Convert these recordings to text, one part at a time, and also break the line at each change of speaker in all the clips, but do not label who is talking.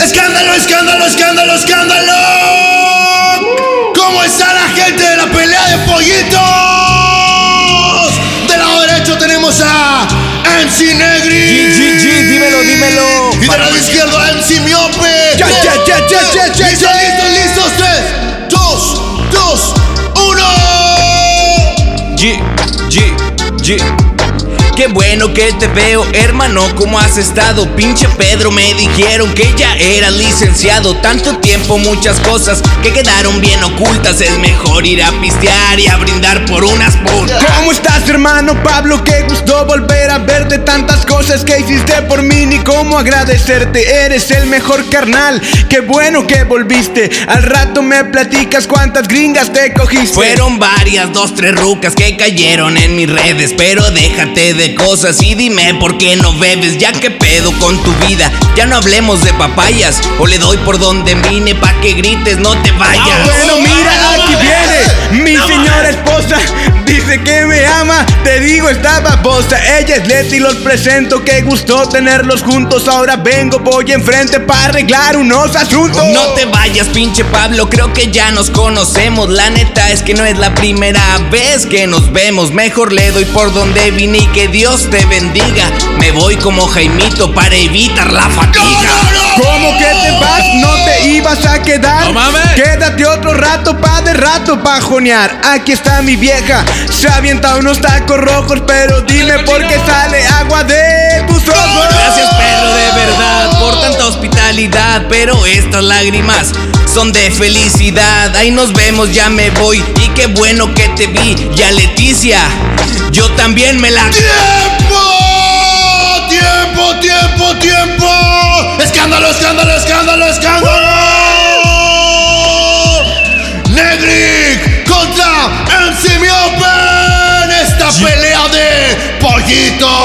escándalo, escándalo, escándalo, escándalo. ¿Cómo está la gente de la pelea de pollitos? Del lado derecho tenemos a MC Negri.
GGG, dímelo, dímelo.
Y del lado izquierdo a MC Miope.
Ya, ya, ya, ya, ya, ya,
Listo,
ya.
listo, listos. Tres, dos, dos, uno.
G, G, G. Qué bueno que te veo, hermano, ¿cómo has estado? Pinche Pedro, me dijeron que ya eras licenciado. Tanto tiempo, muchas cosas que quedaron bien ocultas. Es mejor ir a pistear y a brindar por unas putas.
¿Cómo estás, hermano Pablo? Qué gusto volver a verte. Tantas cosas que hiciste por mí, ni cómo agradecerte. Eres el mejor carnal. Qué bueno que volviste. Al rato me platicas cuántas gringas te cogiste.
Fueron varias, dos, tres rucas que cayeron en mis redes. Pero déjate de cosas y dime por qué no bebes. Ya que pedo con tu vida, ya no hablemos de papayas. O le doy por donde vine pa' que grites, no te vayas.
Ah,
Bueno, mira, aquí viene. Mi señora esposa dice que me ama. Te digo, está babosa. Ella es Leti, los presento. Qué gusto tenerlos juntos. Ahora vengo, voy enfrente para arreglar unos asuntos.
No te vayas, pinche Pablo, creo que ya nos conocemos. La neta es que no es la primera vez que nos vemos. Mejor le doy por donde vine y que Dios te bendiga. Me voy como Jaimito para evitar la fatiga.
¿Cómo que te vas? No te ibas a quedar.
No mames.
Quédate otro rato pa' de rato pa' jonear. Aquí está mi vieja. Se avienta unos tacos rojos, pero dime por qué sale agua de tus ojos.
Gracias, perro, de verdad, por tanta hospitalidad. Pero estas lágrimas son de felicidad. Ahí nos vemos, ya me voy. Y qué bueno que te vi. Ya, Leticia, yo también me la.
¡Tiempo! ¡Tiempo, tiempo, tiempo! ¡Escándalo, escándalo, escándalo, escándalo! Negric contra MC Miope en esta pelea de pollitos.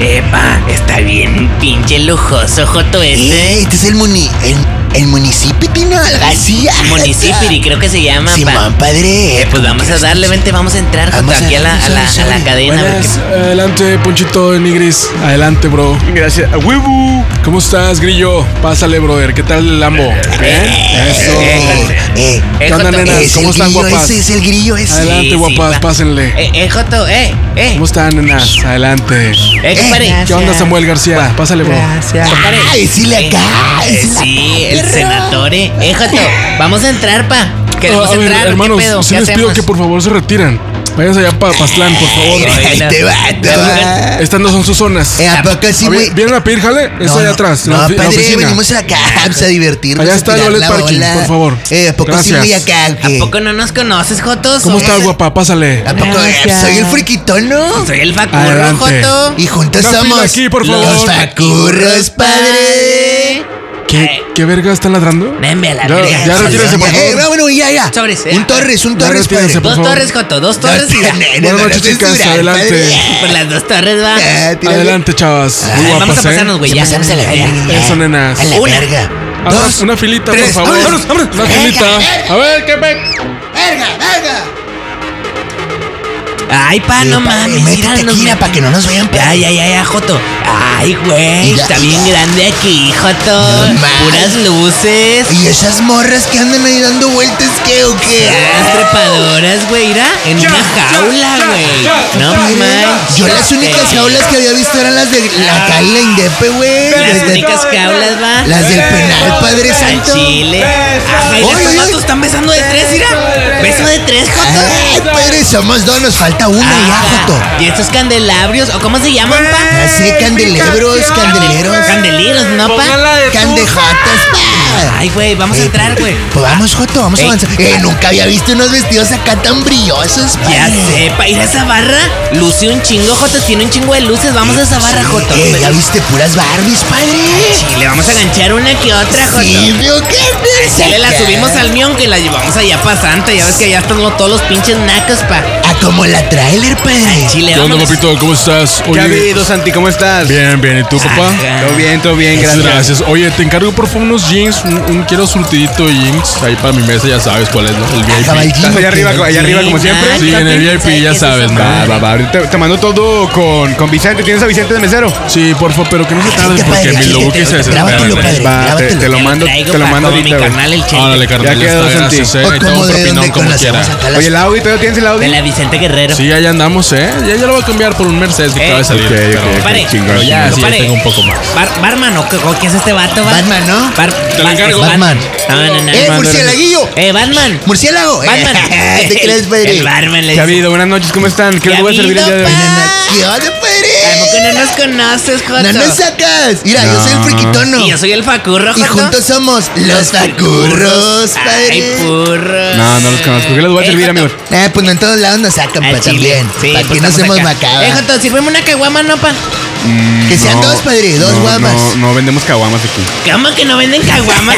Epa, está bien pinche lujoso, Joto este.
Este es el, muni, el, el municipio, tiene algo así. ajá.
Municipiri, creo que se llama.
Sí,
pa.
man, padre. este
Eh, pues vamos a darle, vente, vamos a entrar, Joto,
Vamos a-
aquí a la, a la,
vamos a-
a la cadena.
Buenas, adelante, Ponchito Nigris. Adelante, bro.
Gracias. A huevo.
¿Cómo estás, Grillo? Pásale, brother. ¿Qué tal el Lambo? ¿Bien? Eso.
Eh, eh,
porque- Eh,
¿Qué onda,
Joto,
nena?
eh,
es
¿cómo
el
están,
grillo
guapas?
ese, es el grillo ese.
Adelante,
sí,
guapas,
va.
pásenle.
Eh, eh, Joto, eh, eh.
¿Cómo están, nenas? Adelante.
Eh, compadre.
¿Qué onda, Samuel García? Pásale, bro.
Compadre.
Ah, decile
Eh,
acá.
eh,
decile
sí, el senatore. Eh, Joto, vamos a entrar, pa. Queremos
Ah, a ver,
entrar,
hermanos,
¿qué pedo?
sí
¿Qué
les pido
hacemos? Eh,
que por favor se retiren. Váyanse allá para Paslán, por favor.
Ay, no.
acá. Este vato. va.
Estas no son sus zonas.
Eh, ¿A poco sí,
Ah, vi-
güey?
¿Vienen a pedir jale? Es allá atrás,
No,
la, ofi- la
padre,
oficina.
venimos acá pues, a divertirnos.
Allá
a
está el
tirar
Olet
la
Parking,
bola.
por favor.
Eh, ¿a poco sí
Gracias.
voy acá? o
¿A
qué?
poco no nos conoces, Joto?
¿Cómo
Soy-
estás, guapa? Pásale.
¿A poco eh, soy el friquitón, no?
Soy el facurro,
Adelante.
Joto.
Y juntos
Una fila
somos
aquí, por
los
favor.
facurros, padre.
¿Qué, ¿Qué verga están ladrando?
Venme a la
Ya-
verga.
ya retírense, por
Eh,
favor.
vámonos, ya, ya.
Sobres, eh.
Un Torres, un Torres,
retírense,
padre.
por
Dos
favor.
torres, Joto, dos
No,
torres y ya.
no, no,
Buenas
no,
noches,
no,
chicas,
censurar,
adelante.
padre.
Por las dos torres va.
Ah, tírale.
Adelante, chavas. Muy
Ay,
guapas,
vamos a pasarnos,
¿eh?
güey. Ya.
Ya pasamos a la verga. ya.
Eso, nenas.
A la
Una.
verga.
Ah,
Eh, Dos.
una filita,
tres,
por favor.
vámonos, vámonos. eh.
Una filita.
Eh.
A ver, qué pe...
Verga, verga.
Ay, pa, no
Eh, padre,
mames. mira,
Métete
nos
aquí, mira,
met-
para que no nos vean. padre.
Ay, ay, ay, ay, Joto. Ay, güey.
Mira,
Está bien
mira.
grande aquí, Joto.
No mames.
Puras luces.
¿Y esas morras que andan ahí dando vueltas qué o qué?
Las trepadoras, güey, irá en una jaula, güey. No manches.
Yo las únicas jaulas que había visto eran las de la calle la Indepe, güey.
Las
Las, de-
únicas jaulas, va.
las del penal, Padre
Al
Santo.
chile. Ajá, y
Oye,
estos
oye.
vatos están besando de tres, mira. Beso de tres, Joto.
Ay, padre, somos dos, nos falta una ya,
Ah,
Joto.
Y estos candelabros, ¿o cómo se llaman, pa?
Así, candelebros, candeleros,
Candeleros, ¿no, pa?
candejatas, pues, pa.
Ay, güey, vamos a
Eh,
entrar, güey.
Pues vamos, Joto, vamos a
Ey.
avanzar. Eh, nunca había visto unos vestidos acá tan brillosos,
Ya
padre.
sé, pa, ir a esa barra, lució un chingo chingo, Jotos. Tiene un chingo de luces. Vamos a esa barra, Jotos.
Eh, ¿Ya viste puras Barbies, padre?
Sí, le vamos a ganchar una que otra, Jotos.
Sí, veo que
Ya le la subimos al mión que la llevamos allá pa' Santa. Ya ves que allá están lo- todos los pinches nacos, pa.
A Ah, como la trailer, padre.
Chile,
¿Qué onda,
vámonos.
papito? ¿Cómo estás?
¿Qué ha
Oye,
habido, Santi? ¿Cómo estás?
bien, bien. ¿Y tú, papá?
Ajá.
Todo bien, todo bien,
Muchas
gracias.
Gracias. Oye, te encargo por favor unos jeans. Un, un- quiero surtidito de jeans. Ahí para mi mesa, ya sabes cuál es, ¿no? El
Acaba el
VIP.
jean,
¿Estás allá
¿o qué?
arriba, allá arriba como siempre?
Sí, en el VIP, ya sabes, ¿no?
Va, va, va. Ahorita te mando todo con, con Vicente. ¿Tienes a Vicente de mesero?
Sí, porfa, pero que no se tarde
Existe,
porque
padre,
mi
existe,
lobo que se desespera.
grábatelo,
¿no?
padre.
Va, te,
grábatelo.
te lo
Ya
mando,
traigo
te lo
pa'
mando
todo
ahorita,
mi
güey.
canal, el chile.
Órale, carnal,
Ya
está,
quedó,
gracias,
Santi.
eh.
O
Y
como
todo
de
propinón,
donde
como
conocemos
quiera.
acá las...
Oye, el Audi, ¿todavía tienes el Audi?
De la Vicente Guerrero.
Sí, ahí andamos, ¿eh? Ya, ya lo voy a cambiar por un Mercedes que
Eh.
acaba de salir.
Ok, ok,
pero-
ok,
Eh,
Pare.
chingón,
Pero ya,
chingón.
sí, ya
Pare.
tengo un poco más.
Bar- barman, ¿o qué, o qué es este vato? Bar-
Batman, ¿no?
Bar-
Te lo
Bar-
encargo.
Bat-
Batman.
No, no, no.
¡Eh,
no.
murcielaguillo!
Eh, Batman.
¡Murciélago!
Batman.
¿Te crees,
El
padre?
barman le
¿Qué ha
dice.
habido? Buenas noches, ¿cómo están? ¿Qué
¿Qué
les
ha
voy a servir el día de hoy?
habido,
¿Qué onda,
¿A poco
padre?
no nos conoces, Joto?
No nos sacas. Mira, yo soy el friquitono.
Y yo soy el facurro,
Y
Joto.
juntos somos los facurros,
Ay,
padre.
purros.
No, no los conozco. ¿Qué les voy a
Eh,
servir,
Joto,
amigos?
Eh, pues no en todos lados nos sacan,
al
pa'
chile.
también.
Sí,
para
pues
que no
estamos
seamos
acá.
macabras.
Eh, Joto, sírveme una caguama, no, pa.
Que sean
No,
dos, padre, dos
no,
guamas.
No, no vendemos caguamas aquí.
¿Cómo que no venden caguamas?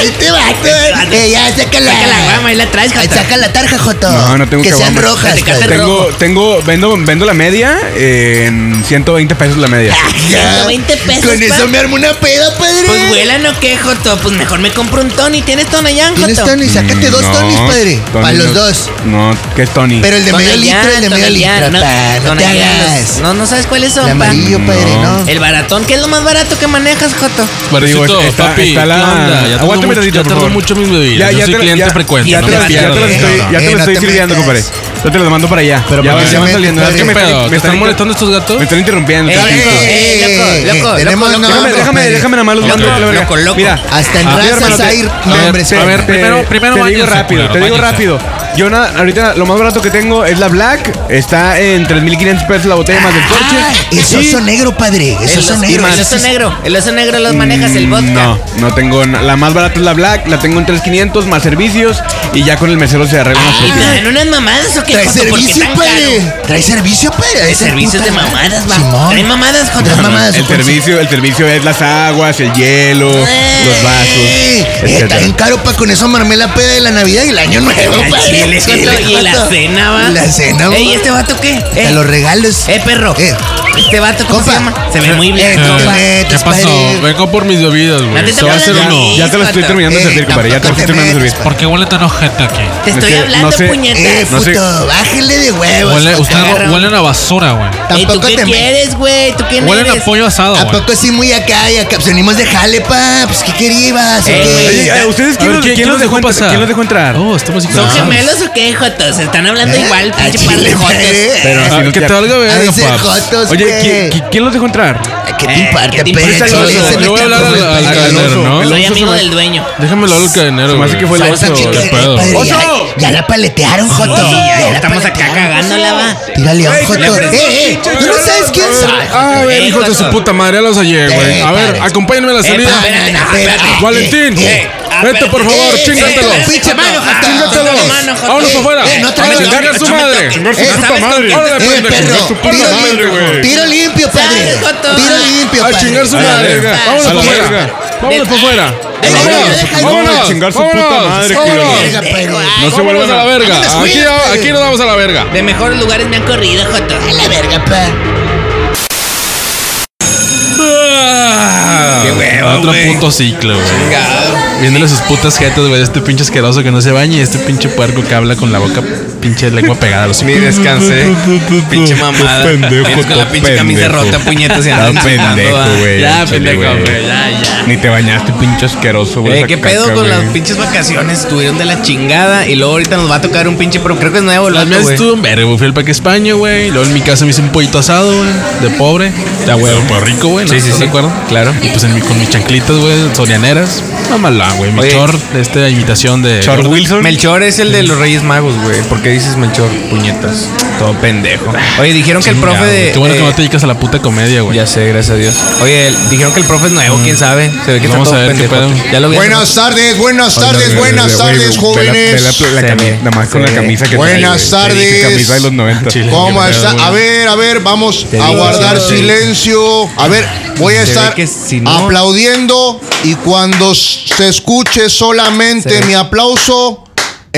Ay, te vato.
vato.
Eh, ya, sácala.
Saca la guama y la traes,
Ay,
Joto.
saca la tarja, Joto.
No, no tengo
Que sean
caguamas.
rojas.
Te caste
padre.
Tengo, tengo, vendo, vendo la media en 120 pesos la media.
Ya.
120 Ah, pesos,
Con eso
pa.
me armo una peda, padre.
Pues vuelan o qué, Joto. Pues mejor me compro un Tony. ¿Tienes Tonayán, Joto?
Tienes Tony, sácate dos
No,
Tonys, padre.
Tony
Para los
no-
dos.
No, ¿qué es Tony?
Pero el de medio
Tonayán,
litro, el de medio
Tonayán,
litro. pa, No te
Tonayán,
hagas.
los- No, no sabes cuáles son,
El
pa.
amarillo, padre,
No.
¿no?
El baratón, ¿qué es lo más barato que manejas, Joto?
Digo,
Marcito,
está-
papi,
está la-
¿qué onda? Ya tardo,
Aguántame
mucho,
tantito,
ya
por
tardo
favor.
mucho en mis bebidas.
Ya-
Yo
ya
soy
te-
cliente
ya-
frecuente.
Ya
no
te
me
las ya
pierdo,
te las
¿eh?
estoy, ya
Eh,
te las
no
estoy
te
sirviendo,
metas.
compadre. Yo te las mando para allá.
Pero
ya
para
ya
allá mete,
saliendo. Es que
padre.
me
¿Qué
están-
Pero, ¿te
me están
están molestando estos gatos?
Me están interrumpiendo.
Eh,
tantito.
eh, loco, loco,
tenemos
loco, loco,
nombre,
Déjame, déjame,
padre.
déjame nada más los
Loco,
mando a la verga.
loco, loco.
Mira,
Hasta en
a ver,
razas
hermano, te-
hay
a ver,
nombres.
te-
a ver,
padre.
te-
primero- primero
te digo
bañense,
rápido, te
culero,
digo
bañense.
rápido. Yo na- ahorita lo más barato que tengo es la Black, está en 3500 pesos la botella más del
Ah,
coche.
Es
Y-
oso negro, padre. Es
El
oso
oso-
negro.
El oso negro. El oso negro los manejas, el
Mm,
vodka.
No, no tengo na- la más barata es la Black, la tengo en 3500 más servicios y ya con el mesero se arreglan las
¿Y te
cosas.
dan Ah, unas mamadas o qué,
Trae
Joto? ¿Por qué
servicio,
tan caro?
padre. Trae servicio, padre.
De
Esa
servicios
puta
de
madre.
mamadas, va.
Simón.
Trae mamadas, Joto.
Trae mamadas.
El
Pues sí.
servicio, el servicio es las aguas, el hielo, los
Eh,
vasos,
Está bien
etcétera.
caro, pa. Con eso marmé la peda de la Navidad y el Año Nuevo,
Al
padre.
chile, Joto.
Sí,
Y la
Joto.
cena, va.
La cena, va.
Ey, ¿y este vato qué?
Te
Eh,
los regalos.
eh, perro.
Eh.
Este vato, ¿cómo
Compa.
se llama? Se ve muy bien,
Eh,
compa.
eh,
¿Qué
Metas,
pasó?
padre.
Vengo por mis bebidas,
Mate,
güey.
te
Se va a
hablan
hacer
a
uno.
ti.
Ya te lo estoy
Eh,
terminando de servir, compadre. Ya te lo estoy
tampoco
terminando de servir.
metas, padre.
¿Por qué huele tan ojete aquí?
Te
Es
estoy
que
hablando,
no sé-
puñetas.
Eh,
No sé.
puto, bájele de huevos.
Huele,
puto.
usted
agarra un-
huelen a basura, güey.
Ey, ¿tú
Tampoco
qué
te me-
quieres, güey? ¿Tú quién
Huelen a
eres?
pollo
Ah,
asado,
¿A
güey.
poco sí muy acá y acá? Pues venimos de jale, pa. Pues, ¿qué querías?
Eh,
¿O qué?
güey.
Oye, eh, ¿Ustedes
A
quién
ver,
los-
¿quién-
quién
quién
los
los
dejó
dejó
entrar?
pasar?
¿Quién los dejó entrar?
Oh, estamos
¿Son
igual.
gemelos o qué, Jotos? Se están hablando igual,
Eh, Al
pinche par de
chile,
jotos.
padre.
Pero así
Ah, que
no te-
te valga
A
verga,
veces
paps.
jotos,
Oye,
güey.
¿qui- qui- ¿quién los dejó entrar?
Ay, ¿Qué
Eh,
te importa,
¿qué te importa?
Pedro?
Yo- yo
Ese me
voy a
está
hablar al-
comiendo
al-
el
al
calor.
cadenero, ¿no?
Soy
Eso se
amigo
me-
del dueño.
Déjame hablar al cadenero.
Se me hace
güey.
que fue el
Falta
oso.
que-
¿Qué
eh,
pedo?
padre, ya-
¡Oso!
Ya la paletearon, Joto.
Sí,
Ya la
estamos acá
paletearon.
cagándola, va.
Tírale a un
Ey,
Joto.
le prendo
Eh, eh,
chicha,
tú no
chaval.
sabes quién soy. Ah,
A ver, hijo de su puta madre, a los ayer, güey.
Eh,
A ver,
padre.
acompáñenme a la
Eh,
salida.
padre.
Banana, espérate.
Ah, Valentín,
Eh,
vete por favor,
eh,
chingatelo.
eh, eh,
Pinche mano, Joto.
Chingatelo.
Pinche mano, Joto.
Vámonos afuera.
Eh, no te
A
vayas.
chingar a su
No me
madre.
toques.
Chingar su
Eh,
puta
¿sabes
madre.
con
Órale,
Eh,
pendejo.
perro,
Chingar su puta
tiro
madre,
limpio,
güey.
tiro limpio, padre.
Sale, Joto.
Tiro limpio,
A
padre.
chingar su
A la
madre.
verga.
Vámonos
A la
para afuera.
verga.
Vámonos para afuera.
A la verga, deja el
Vámonos.
mundo.
A chingar su
vámonos,
puta madre,
vámonos.
culo.
Verga, padre.
No se vuelvan a la verga.
Vámonos,
Aquí,
cuídate.
aquí nos vamos a la verga.
De mejores lugares me han corrido, Joto.
A la Eh, verga, pa.
Qué Otro puto ciclo, güey. Viéndole sus putas jetas, güey. Este pinche asqueroso que no se baña y este pinche puerco que habla con la boca, pinche lengua pegada a los
Ni descansé. pinche mamada.
pendejo,
Vienes con la
tú
pinche camisa
pendejo.
rota, puñetas y
Ah,
andas
pendejo,
insultando, ah.
güey,
Ya,
al chile,
pendejo,
güey.
güey. Ya, ya.
Ni te bañaste, pinche asqueroso, güey.
Eh,
esa
¿Qué pedo
caca,
con
güey.
las pinches vacaciones? Estuvieron de la chingada y luego ahorita nos va a tocar un pinche, pero creo que es nuevo,
Las
loco,
mías
güey.
estuvo en verga, güey. Fui al Parque España, güey. Luego en mi casa me hice un pollito asado, güey. De pobre. De huevo, pues rico, güey. Sí, sí, sí. acuerdo? Claro. Y pues en mi, con mis chanclitas, güey, sorianeras. Mamalá, güey. Mi
Oye.
short, esta imitación de.
Chor Wilson.
Melchor es el de los Reyes Magos, güey. Porque
dices, Melchor? Puñetas. Todo pendejo.
Oye, dijeron que el
Chingado,
profe
güey.
de.
Qué bueno que
eh,
no te dedicas a la puta comedia, güey. Mm.
Ya sé, gracias a Dios. Oye, el- dijeron que el profe es nuevo, quién sabe. Se ve que
Vamos
está todo
a ver qué
pendejote.
pedo.
Ya lo vi.
Buenas tardes, buenas tardes, buenas tardes, jóvenes.
La,
Se ve,
camisa, nada más Ah, con
se
la
ve.
camisa que
Buenas
trae, güey. Sí,
tardes.
camisa de los 90.
¿Cómo está? A ver, a ver, vamos a
digo,
guardar
sí, sí.
silencio. A ver, voy a
Se ve
estar
que si no-
aplaudiendo y cuando se escuche
Se
solamente
ve. Ah,
mi aplauso,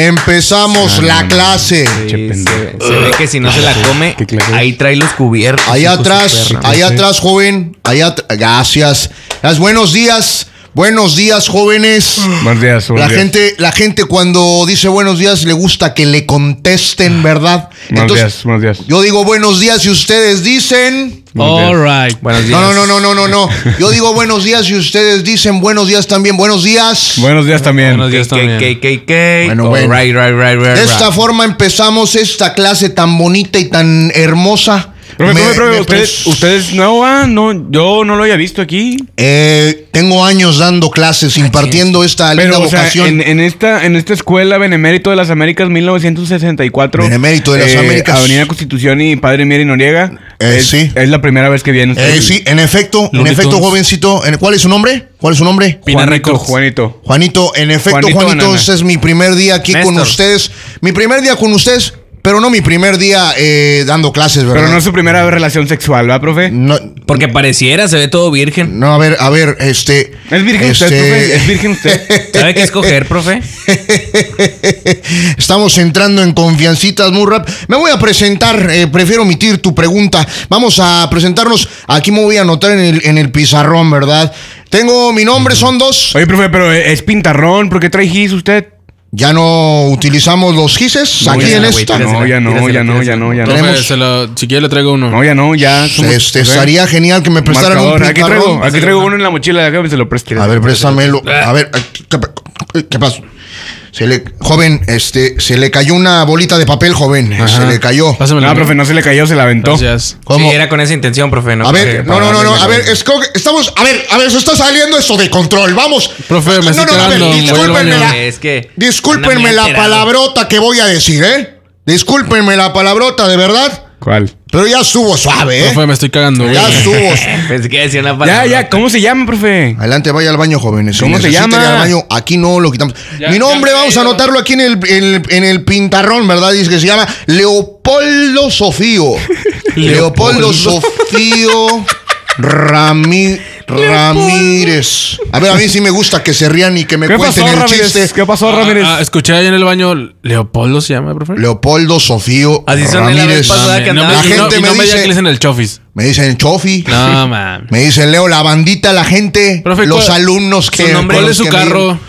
empezamos la clase.
Sí, se, ve, se ve que si no se la come,
qué clase.
ahí trae los cubiertos.
Allá
hijo de su
atrás,
perra.
allá atrás, joven. Allá atr- gracias. Las- buenos días, buenos días, jóvenes.
Buenos días. buenos
La
días.
gente, la gente cuando dice buenos días le gusta que le contesten,
Ah,
¿verdad?
Buenos
Entonces,
días, buenos días.
yo digo buenos días y ustedes dicen.
All right.
Buenos días.
No, no, no, no, no, no, no. Yo digo buenos días y ustedes dicen buenos días también. Buenos días.
Buenos días también.
Buenos días también.
KKK.
Bueno,
All
bueno.
Right, right, right, right,
De
right.
esta forma empezamos esta clase tan bonita y tan hermosa.
Profe,
Me-
profe, profe,
me
ustedes,
pres-
ustedes no van, no, yo no lo había visto aquí.
Eh, tengo años dando clases, impartiendo esta linda
Pero, o sea,
vocación.
en, en esta, en esta escuela Benemérito de las Américas 1964.
Benemérito de las Américas.
eh, Avenida Constitución y Padre Mier y Noriega.
Eh,
es,
sí.
Es la primera vez que viene
Eh, sí, en efecto, en
Looney
efecto,
Tunes.
jovencito. ¿En- ¿Cuál es su nombre? ¿Cuál es su nombre?
Pina
Juanito,
Records.
Juanito.
Juanito, en efecto,
Juanito
Juanito,
Banana.
ese es mi primer día aquí con
Néstor.
ustedes. Mi primer día con ustedes, pero no mi primer día eh, dando clases, ¿verdad?
Pero no es su primera relación sexual, ¿va, profe?
no,
Porque pareciera, se ve todo virgen.
no, a ver, a ver, este.
Es virgen usted, profe. Es virgen usted.
¿Sabe qué escoger, profe?
Pues Estamos entrando en confiancitas muy rápido. Me voy a presentar, eh, prefiero omitir tu pregunta. Vamos a presentarnos. Aquí me voy a anotar en el, en el pizarrón, ¿verdad? Tengo mi nombre, son dos.
Oye, profe, pero eh, es pintarrón. ¿Por qué trae gis usted?
Ya no utilizamos los gises aquí
ya
en
no, güey,
esta.
tírasela,
No, ya no,
tírasela,
ya no, ya
tírasela.
no, ya no.
Tenemos-
Profe, se lo- si quiere le traigo uno.
No, ya no, ya. somos- profe,
Este, estaría genial que me prestaran
marcador.
un
Aquí traigo,
pizarrón.
aquí traigo uno en la mochila. Déjame se lo preste.
A ver, préstamelo. A ver, ¿qué, pa- qué pasó? Se le, joven, este, se le cayó una bolita de papel, joven. eh, Se le cayó.
Pásamelo.
No, profe, no se le cayó, se la aventó.
Gracias.
¿Cómo?
Sí, era con esa intención, profe. No
A
creo
ver,
que
no, no,
para
no, no,
darle
a ver,
vergüenza.
es como que estamos, a ver, a ver, se está saliendo esto de control, vamos.
Profe, me
no,
estoy
no, no, a ver,
cagando, voy al
discúlpenme
baño.
la,
Es que
discúlpenme
anda muy
la
alterado.
palabrota que voy a decir, ¿eh? Discúlpenme la palabrota, de verdad,
¿Cuál?
pero ya estuvo suave, ¿eh?
Profe, me estoy cagando, güey. Ah,
Ya estuvo.
Pensé que decía una
Ya,
palabra.
ya, ¿cómo se llama, profe?
Adelante, vaya al baño, jóvenes. Si
¿Cómo se
necesitan ir
llama?
al baño, aquí no lo quitamos. Mi nombre vamos a anotarlo aquí en el, en el- en el pintarrón, ¿verdad? Dice que se llama Leopoldo Sofío. Leopoldo Sofío Rami- Ramírez. A ver, a mí sí me gusta que se rían y que me
¿Qué
cuenten
pasó,
el
Ramírez?
chiste.
¿Qué pasó, Ramírez?
Ah, ah, escuché ahí en el baño, ¿Leopoldo se llama, profe?
Leopoldo Sofío
Así soné la
Ramírez.
vez pasada que
No,
andaba-
La
y no-
gente
y
me
no me diga
dice-
que le dicen el chofis.
Me dicen Chofi.
No, man.
Me dicen Leo, la bandita, la gente,
Profe,
los
¿cuál-
alumnos que...
Su nombre
con
¿Cuál
los
es su
que me-
carro?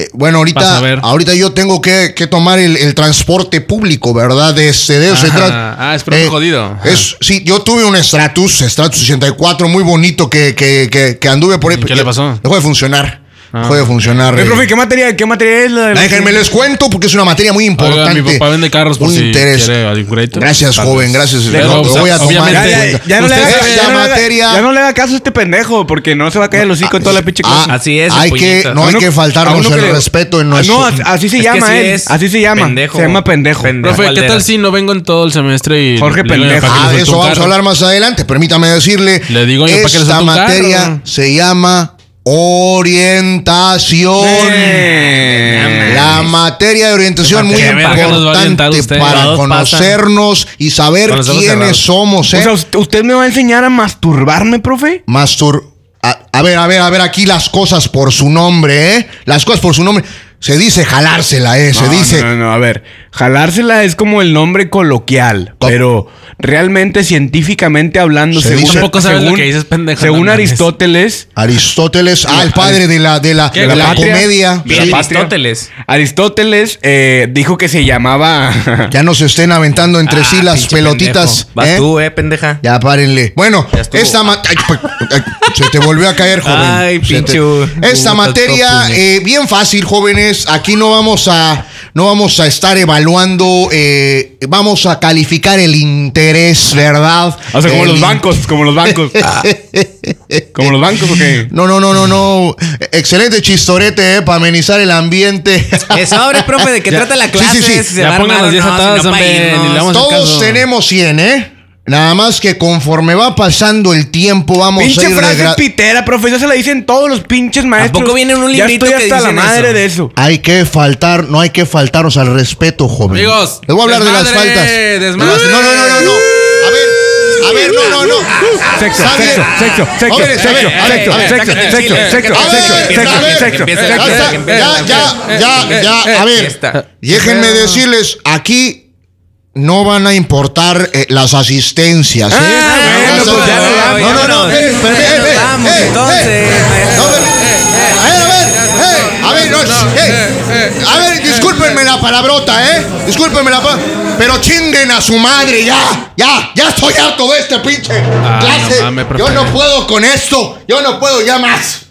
Eh, bueno,
Pa'
ahorita,
saber.
ahorita yo tengo que, que tomar el, el transporte público, ¿verdad? De, ese- de eso se
Ajá.
trata.
Ah, es profe jodido. Ajá.
es- sí, yo tuve un Stratus, Stratus 64, muy bonito, que, que, que, que anduve por ahí.
¿Y qué
pero
le
ya
pasó? Ah.
Dejó de funcionar. Dejó de funcionar.
Oye,
eh.
profe, ¿qué materia, qué materia es la de-
Déjenme les cuento porque es una materia muy importante.
Oiga, mi papá vende carros por
Un
si
interés.
quiere algún crédito.
Gracias,
Tal
joven,
vez.
gracias.
Pero,
Lo- lo
o sea,
voy a tomar en
Ya,
obviamente,
ya,
cuenta.
ya no le
Usted
haga,
sabe-
ya
la
no le haga-
materia-
ya no le haga caso a este pendejo, porque no se va a caer el hocico en toda la pinche
Ah,
clase.
Así es,
Hay
el
que,
puñetas.
no hay
A uno
que
que- a
faltarnos
uno que
el
le-
respeto en
Ah,
nuestro.
No, as- así se
Es que
llama
sí
él.
es
así se llama.
pendejo.
Se llama pendejo.
Pendejo.
Profe, ¿qué
Valdera.
tal si no vengo en todo el semestre y
Jorge
le digo a mi
pendejo.
papá que
Ah,
le
de
suelte
eso
un
vamos
carro?
a hablar más adelante. Permítame decirle.
Le digo yo, ¿para qué le
esta
suelto un
materia
carro?
se llama orientación.
Eh,
La materia de orientación muy
Qué verga nos va a orientar
importante
usted.
para
Todos pasan.
conocernos y saber
Con los ojos
quiénes
cerrados.
somos. ¿eh?
O sea, ¿usted- ¿usted me va a enseñar a masturbarme, profe?
Mastur. A, a ver, a ver, a ver, aquí las cosas por su nombre, ¿eh? Las cosas por su nombre. Se dice jalársela, ¿eh? Se
No,
dice.
No, no, no, a ver. Jalársela es como el nombre coloquial,
Co-
pero realmente científicamente hablando,
Se
según
dice-
Tampoco sabes lo que dices, pendejo,
según
no mames.
Aristóteles,
Aristóteles, ah, el padre de la, de la,
¿Qué?
de la
¿La
patria?
comedia.
La
Bien,
Sí.
patria.
Aristóteles.
Aristóteles eh, dijo que se llamaba
Ya no se estén aventando entre sí
Ah,
las
pinche
pelotitas.
pendejo. Vas
¿eh?
tú, eh, pendeja.
Ya párenle. Bueno,
Ya estuvo.
esta materia. Se te volvió a caer, joven.
Ay,
Se te-
pinche-
Esta
puta,
materia,
topo,
eh, bien fácil, jóvenes. Aquí no vamos a. no vamos a estar evaluando, eh, vamos a calificar el interés, ¿verdad?
O sea, como
El
los
in-
bancos, como los bancos. como los bancos, ¿o qué?
No, no, no, no, no. Excelente chistorete, eh, para amenizar el ambiente.
Es ahora, profe, de qué trata la clase.
sí, sí.
si se
Ya
va a
pongan
armar
las
o
diez
no,
atadas,
si no, pa'
hombre,
irnos.
ni le vamos a-
Todos
caso.
tenemos 100, ¿eh? Nada más que conforme va pasando el tiempo, vamos a
Pues
Pinche
ir
frase
regra-
pitera, profe. Ya se la dicen todos los pinches maestros.
poco viene en un
Ya
librito
estoy
que
hasta la
dicen
madre
eso?
de eso.
Hay que faltar, no hay que faltaros al respeto, joven.
Amigos,
les voy a hablar de las
desmadre,
faltas.
desmadre.
No, no, no, no, no. A ver, a ver, no, no, no.
Sexo,
Está bien.
sexo, sexo, sexo,
Jóvenes,
Eh,
a ver,
sexo,
a ver,
sexo,
a ver,
sexo,
sácate
sexo,
el chile,
sexo,
A
sácate el
sexo,
ver,
chile,
sexo,
a ver,
sexo.
empieza la
ya
fiesta,
está,
que empiece la
ya, ya,
fiesta.
ya, ya, a ver,
Fiesta.
déjenme decirles, aquí no van a importar eh, las asistencias, ¿eh?
Ah, bueno,
No,
pues ya nos vamos,
no, no, no,
vámonos.
eh, espera, eh, eh,
Vamos,
eh,
entonces,
eh,
maestro.
no, pero- a ver, a ver, eh, a ver, no, eh, a ver, discúlpenme la palabrota, ¿eh? Discúlpenme la palabrota, pero chinguen a su madre, ya, ya, ya estoy harto de este pinche
Ah,
clase.
no mames, profe.
Yo no puedo con esto, yo no puedo ya más.